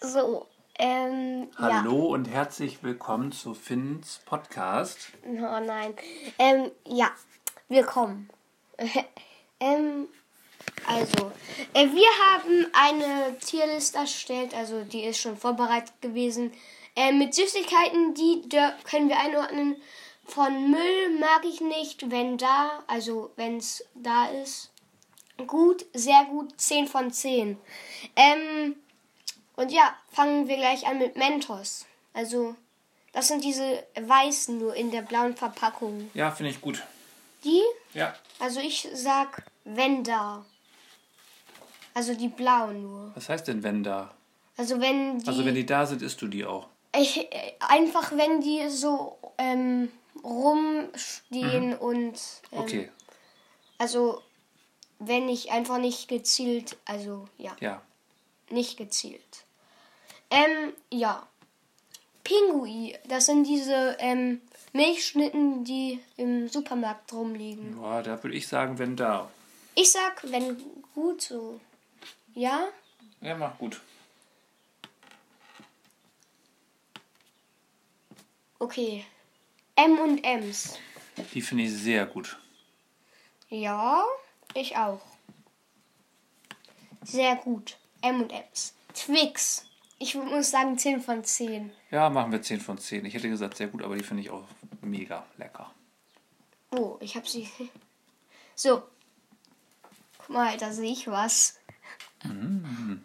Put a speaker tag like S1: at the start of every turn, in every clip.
S1: So, ähm, ja.
S2: Hallo und herzlich willkommen zu Finns Podcast.
S1: Oh nein. Ähm, ja, willkommen. ähm, also, äh, wir haben eine Tierlist erstellt, also die ist schon vorbereitet gewesen. Äh, mit Süßigkeiten, die da können wir einordnen. Von Müll mag ich nicht, wenn da, also wenn es da ist. Gut, sehr gut, 10 von 10. Ähm, und ja, fangen wir gleich an mit Mentos. Also, das sind diese weißen nur in der blauen Verpackung.
S2: Ja, finde ich gut.
S1: Die
S2: Ja.
S1: also ich sag, wenn da. Also die blauen nur.
S2: Was heißt denn wenn da?
S1: Also wenn die,
S2: Also wenn die da sind, isst du die auch.
S1: ich, äh, einfach wenn die so ähm, rumstehen und ähm,
S2: Mhm. Okay,
S1: also wenn ich einfach nicht gezielt, also ja,
S2: ja.
S1: nicht gezielt. Ähm, ja. Pingui, das sind diese ähm, Milchschnitten, die im Supermarkt rumliegen.
S2: Boah, da würde ich sagen, wenn da.
S1: Ich sag, wenn gut so. Ja?
S2: Ja, mach gut.
S1: Okay. M und M's.
S2: Die finde ich sehr gut.
S1: Ja, ich auch. Sehr gut. M und M's. Twix. Ich muss sagen 10 von 10.
S2: Ja, machen wir 10 von 10. Ich hätte gesagt, sehr gut, aber die finde ich auch mega lecker.
S1: Oh, ich hab sie. So. Guck mal, da sehe ich was.
S2: Mm.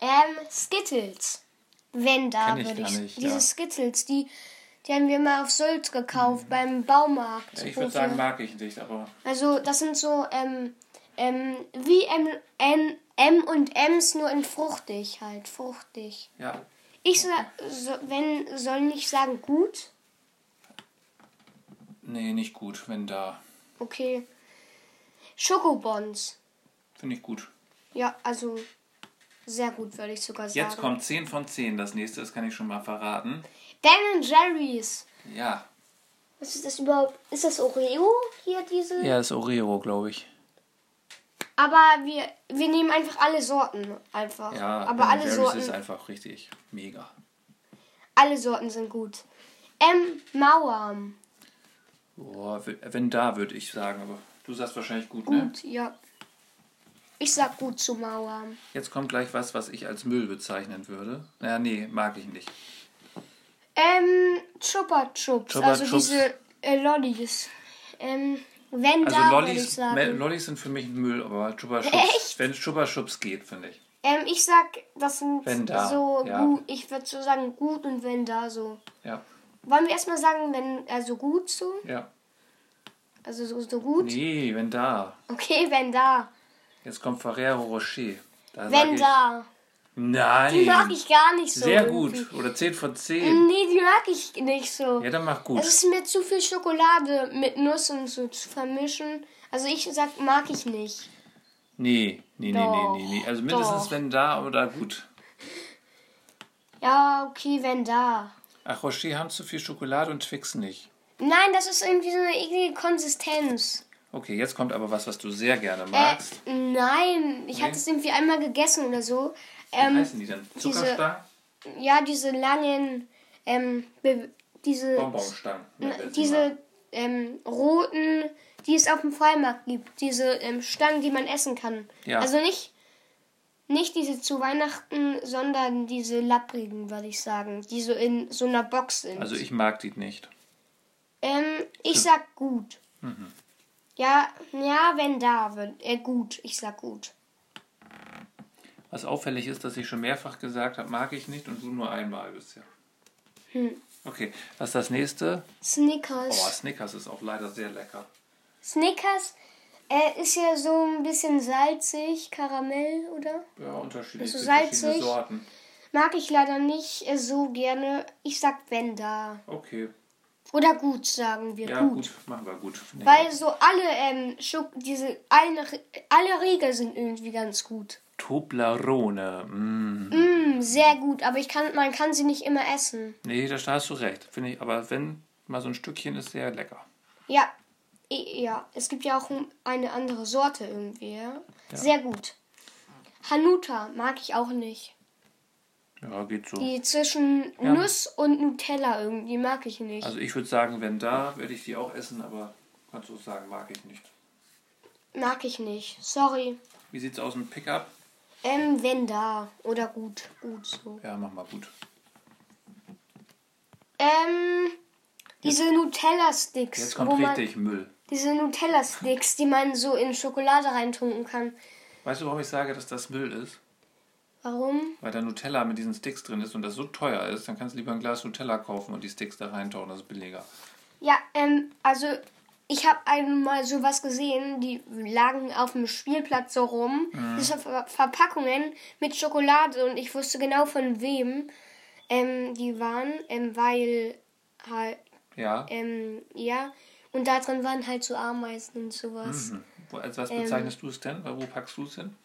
S1: Ähm, Skittles. Wenn da
S2: Kenn ich
S1: würde
S2: gar
S1: ich.
S2: nicht,
S1: diese
S2: ja.
S1: Skittles, die, die haben wir mal auf Sylt gekauft beim Baumarkt.
S2: Mm. Ich
S1: wo
S2: würde sagen,
S1: wir-
S2: mag ich nicht, aber
S1: Also das sind so ähm, ähm, wie M, M, M und M's nur in fruchtig halt, fruchtig.
S2: ja.
S1: Ich sa- so, wenn soll nicht sagen gut,
S2: Nee, nicht gut, wenn da.
S1: okay. Schokobons,
S2: Finde ich gut.
S1: ja also sehr gut würde ich sogar sagen.
S2: Jetzt kommt 10 von 10. Das nächste, das kann ich schon mal verraten.
S1: Ben Jerry's.
S2: Ja.
S1: Was ist das überhaupt? Ist das Oreo hier diese?
S2: Ja, ist Oreo, glaube ich.
S1: Aber wir wir nehmen einfach alle Sorten einfach.
S2: Ja,
S1: Aber
S2: Ben
S1: alle
S2: Jerry's
S1: Sorten.
S2: ist einfach richtig mega.
S1: Alle Sorten sind gut. M Mauern.
S2: Boah, w- wenn da, würde ich sagen, aber du sagst wahrscheinlich gut, ne?
S1: Gut, ja. Ich sag gut zu Mauer.
S2: Jetzt kommt gleich was, was ich als Müll bezeichnen würde. Naja, nee, mag ich nicht.
S1: Ähm, Chupa Chups,
S2: Chupa
S1: also
S2: Chups.
S1: diese äh, Lollis. Ähm, wenn
S2: Also
S1: da, würde ich
S2: Lollis, Me-
S1: sagen.
S2: Lollis sind für mich ein Müll, aber Chupa Chups, wenn Chupa Chups geht, finde ich.
S1: ähm, ich sag, das sind
S2: Wenn da,
S1: so
S2: ja.
S1: gut, ich würde so sagen gut und wenn da so.
S2: Ja,
S1: Wollen wir erstmal sagen, wenn, also gut so?
S2: ja.
S1: Also so, so gut?
S2: Nee, wenn da.
S1: Okay, wenn da.
S2: Jetzt kommt Ferrero Rocher. Da sag
S1: Wenn
S2: ich,
S1: da.
S2: Nein.
S1: Die mag ich gar nicht so.
S2: Sehr
S1: irgendwie.
S2: gut. Oder 10 von 10.
S1: Nee, die mag ich nicht so.
S2: Ja, dann mach gut.
S1: Es ist mir zu viel Schokolade mit Nuss und so zu vermischen. Also ich sag, mag ich nicht.
S2: Nee, nee, nee, nee,
S1: Doch,
S2: nee, nee. Also mindestens
S1: doch.
S2: wenn da oder gut.
S1: Ja, okay, wenn da.
S2: Ach, Rocher haben zu viel Schokolade und Twix nicht.
S1: Nein, das ist irgendwie so eine eklige Konsistenz.
S2: Okay, jetzt kommt aber was, was du sehr gerne
S1: Äh,
S2: magst.
S1: nein, ich hatte es irgendwie einmal gegessen oder so. Ähm,
S2: Wie heißen die denn? Zuckerstangen?
S1: ja, diese langen, ähm, be- diese,
S2: Bonbonstangen.
S1: n-
S2: Ja, wer ist immer.
S1: diese ähm, roten, die es auf dem Freimarkt gibt. Diese ähm, Stangen, die man essen kann.
S2: Ja.
S1: Also nicht, nicht diese zu Weihnachten, sondern diese lapprigen, würde ich sagen. Die so in so einer Box sind.
S2: Also ich mag die nicht.
S1: Ähm, ich sag gut.
S2: Mhm.
S1: Ja, ja, wenn da wird. Äh, gut, ich sag gut.
S2: Was auffällig ist, dass ich schon mehrfach gesagt habe, mag ich nicht und du nur einmal bisher. Hm. Okay, was ist das nächste? Oh,
S1: Snickers.
S2: Snickers ist auch leider sehr lecker.
S1: Snickers äh, ist ja so ein bisschen salzig, Karamell, oder?
S2: Ja, unterschiedlich.
S1: Ist so
S2: sind
S1: salzig.
S2: verschiedene Sorten.
S1: Mag ich leider nicht äh, so gerne. Ich sag wenn da.
S2: Okay,
S1: Oder gut, sagen wir.
S2: ja
S1: gut.
S2: gut, machen wir gut. Nee.
S1: Weil so alle, ähm, Schok diese, eine, alle Riegel sind irgendwie ganz gut.
S2: Toblerone. Mm.
S1: Mm, sehr gut, aber ich kann, man kann sie nicht immer essen.
S2: Nee, da hast du recht. Finde ich, aber wenn mal so ein Stückchen ist, sehr lecker.
S1: Ja, i- ja. Es gibt ja auch ein- eine andere Sorte irgendwie. Ja? Sehr gut. Hanuta mag ich auch nicht.
S2: Ja, Ja, geht so.
S1: Die zwischen
S2: Ja.
S1: Nuss und Nutella irgendwie mag ich nicht.
S2: Also ich würde sagen, wenn da, werde ich die auch essen, aber kannst du auch sagen, mag ich nicht.
S1: Mag ich nicht. Sorry.
S2: Wie sieht's aus mit Pickup?
S1: Ähm, wenn da. Oder gut. Gut so.
S2: Ja, mach mal gut.
S1: Ähm, diese
S2: Jetzt
S1: Nutella-Sticks.
S2: kommt
S1: wo man-
S2: richtig Müll.
S1: Diese Nutella-Sticks, die man so in Schokolade reintunken kann.
S2: Weißt du, warum ich sage, dass das Müll ist?
S1: Warum?
S2: Weil da Nutella mit diesen Sticks drin ist und das so teuer ist, dann kannst du lieber ein Glas Nutella kaufen und die Sticks da reintauchen, das ist billiger.
S1: Ja, ähm, also ich habe einmal sowas gesehen, die lagen auf dem Spielplatz so rum. Diese Ver Verpackungen mit Schokolade und ich wusste genau von wem ähm, die waren, ähm, weil halt,
S2: Ja?
S1: ähm, ja, und da drin waren halt so Ameisen und sowas.
S2: Hm. Wo- Als was
S1: ähm.
S2: bezeichnest du es denn? Weil Wo packst du es hin?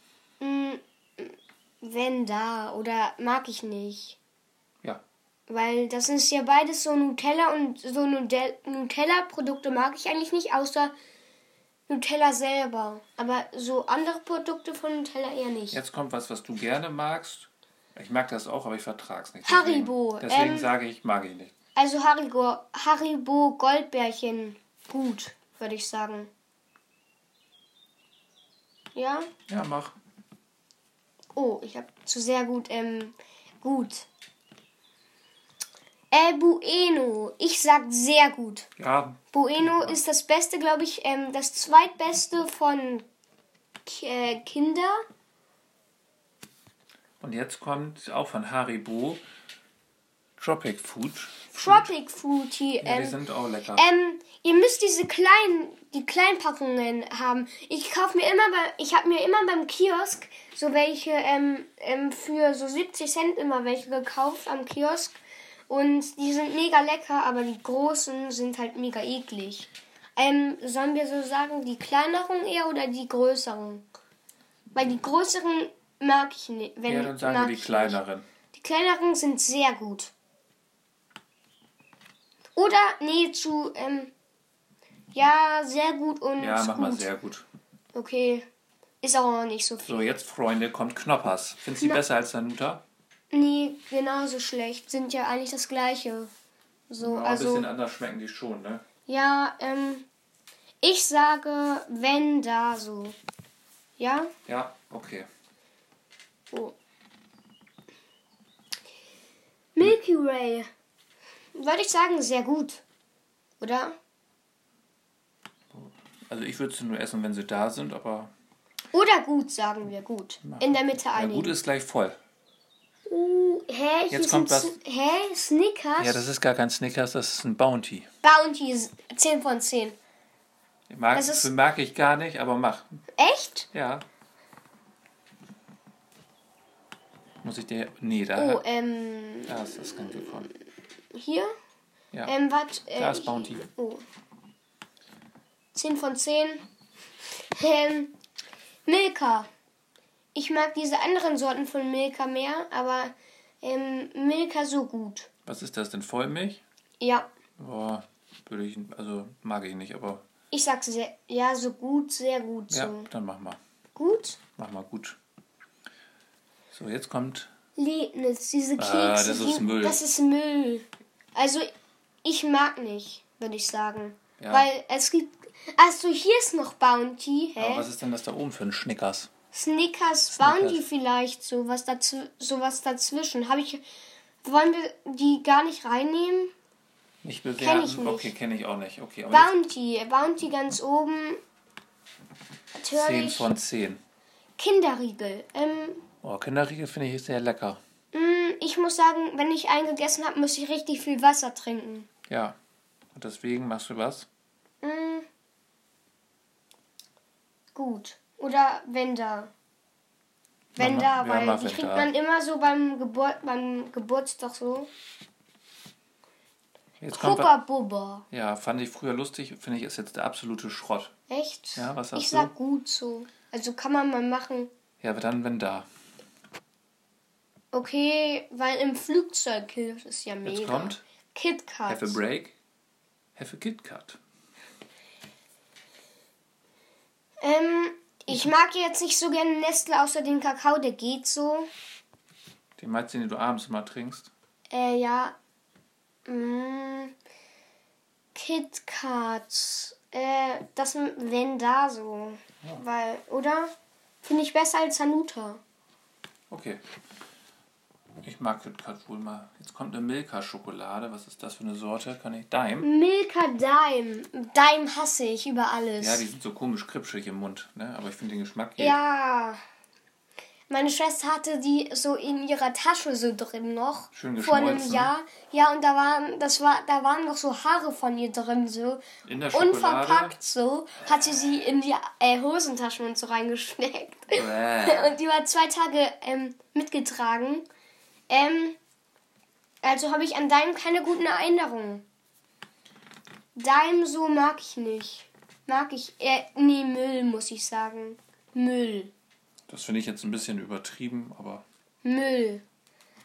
S1: Wenn da, oder mag ich nicht.
S2: Ja.
S1: Weil das ist ja beides so Nutella und so Nude- Nutella-Produkte mag ich eigentlich nicht, außer Nutella selber. Aber so andere Produkte von Nutella eher nicht.
S2: Jetzt kommt was, was du gerne magst. Ich mag das auch, aber ich vertrag's nicht.
S1: Haribo,
S2: Deswegen, deswegen
S1: ähm,
S2: sage ich, mag ich nicht.
S1: Also Haribo, Haribo Goldbärchen gut, würde ich sagen. Ja?
S2: Ja, mach.
S1: Oh, ich habe zu sehr gut, ähm, gut. Äh, Bueno. Ich sag sehr gut.
S2: Ja,
S1: Bueno ist das Beste, glaube ich, ähm, das zweitbeste von Ki äh, Kinder.
S2: und jetzt kommt auch von Haribo Tropic Food.
S1: Tropic Fruity.
S2: Ja, die
S1: Ähm,
S2: sind auch lecker.
S1: ähm, ihr müsst diese kleinen, die kleinen Packungen haben. Ich kaufe mir immer bei, ich habe mir immer beim Kiosk so welche ähm, ähm, für so 70 Cent immer welche gekauft am Kiosk. Und die sind mega lecker, aber die großen sind halt mega eklig. Ähm, sollen wir so sagen, die kleineren eher oder die größeren? Weil die größeren mag ich nicht. Wenn,
S2: ja, dann sagen
S1: mag
S2: wir die
S1: ich
S2: kleineren.
S1: Nicht. Die kleineren sind sehr gut. Oder, nee, zu, ähm, ja, sehr gut und
S2: Ja, mach
S1: gut.
S2: mal sehr gut.
S1: Okay, ist auch noch nicht so viel.
S2: So, jetzt, Freunde, kommt Knoppers. Findest du die
S1: Kno-
S2: besser als Danuta?
S1: Nee, genauso schlecht. Sind ja eigentlich das gleiche. So,
S2: Ja, ein
S1: also,
S2: bisschen anders schmecken die schon, ne?
S1: ja, ähm, ich sage, wenn da so. Ja?
S2: Ja, okay.
S1: Oh. Milky Way. Würde ich sagen, sehr gut. Oder?
S2: Also ich würde sie nur essen, wenn sie da sind, aber
S1: Oder gut, sagen wir gut. In der Mitte
S2: ja, gut
S1: einigen.
S2: ist gleich voll.
S1: Uh, hä, hier
S2: Jetzt
S1: sind
S2: kommt was-
S1: Sn- hä, Snickers?
S2: Ja, das ist gar kein Snickers, das ist ein Bounty.
S1: Bounty ist 10 von 10.
S2: Mag,
S1: Das ist-
S2: mag ich gar nicht, aber mach.
S1: Echt?
S2: Ja. Muss ich dir. Nee, da,
S1: Oh, ähm,
S2: da ist das Ganze gekommen.
S1: hier?
S2: Ja.
S1: Ähm, was? Äh,
S2: Da ist Bounty.
S1: Oh. 10 von 10. Ähm, Milka. Ich mag diese anderen Sorten von Milka mehr, aber ähm, Milka so gut.
S2: Was ist das denn? Vollmilch?
S1: Ja,
S2: Boah, würde ich. Also mag ich nicht, aber.
S1: ich sag sehr, ja, so gut, sehr gut. So.
S2: Ja, dann mach mal.
S1: Gut?
S2: Mach mal gut. So, jetzt kommt.
S1: Lebnis, diese Kekse.
S2: Ah, das ist
S1: die-
S2: Müll.
S1: Das ist Müll. Also, ich mag nicht, würde ich sagen.
S2: Ja.
S1: Weil es gibt. Achso, hier ist noch Bounty. Hä?
S2: Aber was ist denn das da oben für ein Schnickers?
S1: Snickers, Bounty vielleicht, sowas, dazw sowas dazwischen. Habe ich. Wollen wir die gar nicht reinnehmen?
S2: Nicht bewerten.
S1: ich nicht.
S2: Okay, kenne ich auch nicht. Okay, aber jetzt
S1: Bounty, Bounty ganz oben.
S2: 10
S1: Natürlich.
S2: von 10.
S1: Kinderriegel. Ähm,
S2: Oh, Kinderriegel finde ich sehr lecker.
S1: mh, ich muss sagen, wenn ich einen gegessen habe, muss ich richtig viel Wasser trinken.
S2: Ja. Und deswegen machst du was?
S1: Mh. Hm. Gut. Oder wenn da. Wenn
S2: Mama-
S1: da,
S2: ja,
S1: weil
S2: mach
S1: die
S2: Wenn
S1: kriegt
S2: da.
S1: man immer so beim, Gebur beim Geburtstag so.
S2: Jetzt kommt was.
S1: Hubba Bubba.
S2: Ja, fand ich früher lustig, finde ich ist jetzt der absolute Schrott.
S1: Echt?
S2: Ja, was
S1: ich
S2: sagst du?
S1: sag gut so. Also kann man mal machen.
S2: Ja, aber dann, wenn da.
S1: Okay, weil im Flugzeug hilft es ja mega.
S2: Jetzt kommt
S1: KitKat.
S2: Have a Break, Have a Kit Kat.
S1: Ähm, ich mag jetzt nicht so gerne Nestle, außer den Kakao, der geht so.
S2: Den meinst du, den du abends immer trinkst?
S1: Äh, ja. Mm, Kit Kat. Äh, das, wenn da so. Ja. Weil, oder? Finde ich besser als Hanuta.
S2: Okay. Ich mag Kit Kat wohl mal. Jetzt kommt eine Milka-Schokolade. Was ist das für eine Sorte? Kann ich Dime?
S1: Milka Dime. Dime hasse ich über alles.
S2: Ja, die sind so komisch kripschig im Mund, ne? Aber ich finde den Geschmack
S1: geht. Ja. Meine Schwester hatte die so in ihrer Tasche so drin noch Schön vor einem Jahr. Ja, und da waren das war da waren noch so Haare von ihr drin so in der Schokolade. unverpackt so hatte sie in die äh, Hosentaschen und so reingesteckt.
S2: Äh.
S1: Bäh. und die war zwei Tage ähm, mitgetragen. Ähm, also habe ich an deinem keine guten Erinnerungen. Deinem so mag ich nicht. Mag ich. Äh, nee, Müll muss ich sagen. Müll.
S2: Das finde ich jetzt ein bisschen übertrieben, aber.
S1: Müll.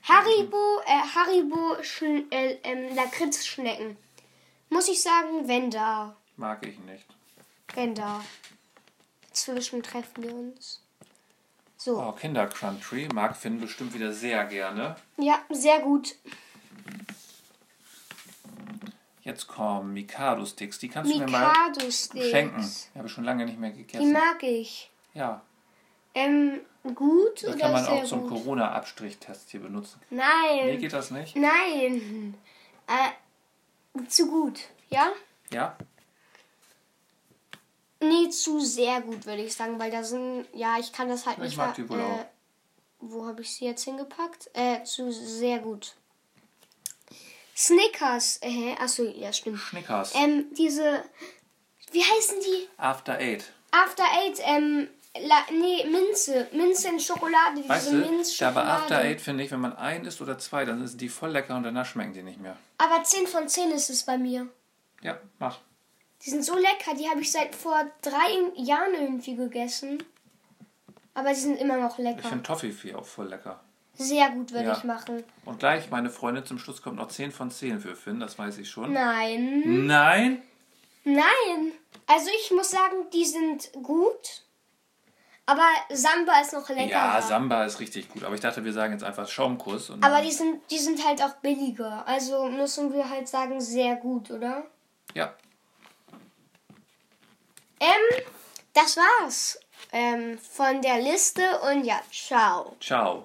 S1: Haribo, äh, Haribo Schn äh, ähm, Lakritzschnecken. Muss ich sagen, wenn da.
S2: Mag ich nicht.
S1: Wenn da. Zwischen treffen wir uns.
S2: So. Oh, Kindercountry mag Finn bestimmt wieder sehr gerne.
S1: Ja, sehr gut.
S2: Jetzt kommen Mikado-Sticks. Die kannst Mikado -Sticks. du mir mal schenken. Die habe ich schon lange nicht mehr gegessen.
S1: Die mag ich.
S2: Ja.
S1: Ähm, gut
S2: die oder kann man auch zum so Corona-Abstrichtest hier benutzen.
S1: Nein.
S2: Nee, geht das nicht?
S1: Nein. Äh, zu gut, ja?
S2: Ja.
S1: Nee, zu sehr gut, würde ich sagen, weil da sind. Ja, ich kann das halt ich nicht. Mag die wohl äh, wo habe ich sie jetzt hingepackt? Äh, zu sehr gut. Snickers, äh, achso, ja, stimmt.
S2: Snickers.
S1: Ähm, diese. Wie heißen die?
S2: After Eight.
S1: After Eight, ähm. La, nee, Minze. Minze in Schokolade.
S2: Weißt diese Minzschokolade. Aber After Eight finde ich, wenn man ein isst oder zwei, dann sind die voll lecker und danach schmecken die nicht mehr.
S1: Aber 10 von 10 ist es bei mir.
S2: Ja, mach.
S1: Die sind so lecker, die habe ich seit vor drei Jahren irgendwie gegessen. Aber die sind immer noch lecker.
S2: Ich finde Toffifee auch voll lecker.
S1: Sehr gut würde ja. ich machen.
S2: Und gleich, meine Freundin, zum Schluss kommt noch 10 von 10 für Finn, das weiß ich schon.
S1: Nein.
S2: Nein?
S1: Nein. Also ich muss sagen, die sind gut. Aber Samba ist noch lecker.
S2: Ja, Samba ist richtig gut. Aber ich dachte, wir sagen jetzt einfach Schaumkuss.
S1: aber die sind, die sind halt auch billiger. Also müssen wir halt sagen, sehr gut, oder?
S2: Ja.
S1: Ähm, das war's ähm, von der Liste und ja, ciao.
S2: Ciao.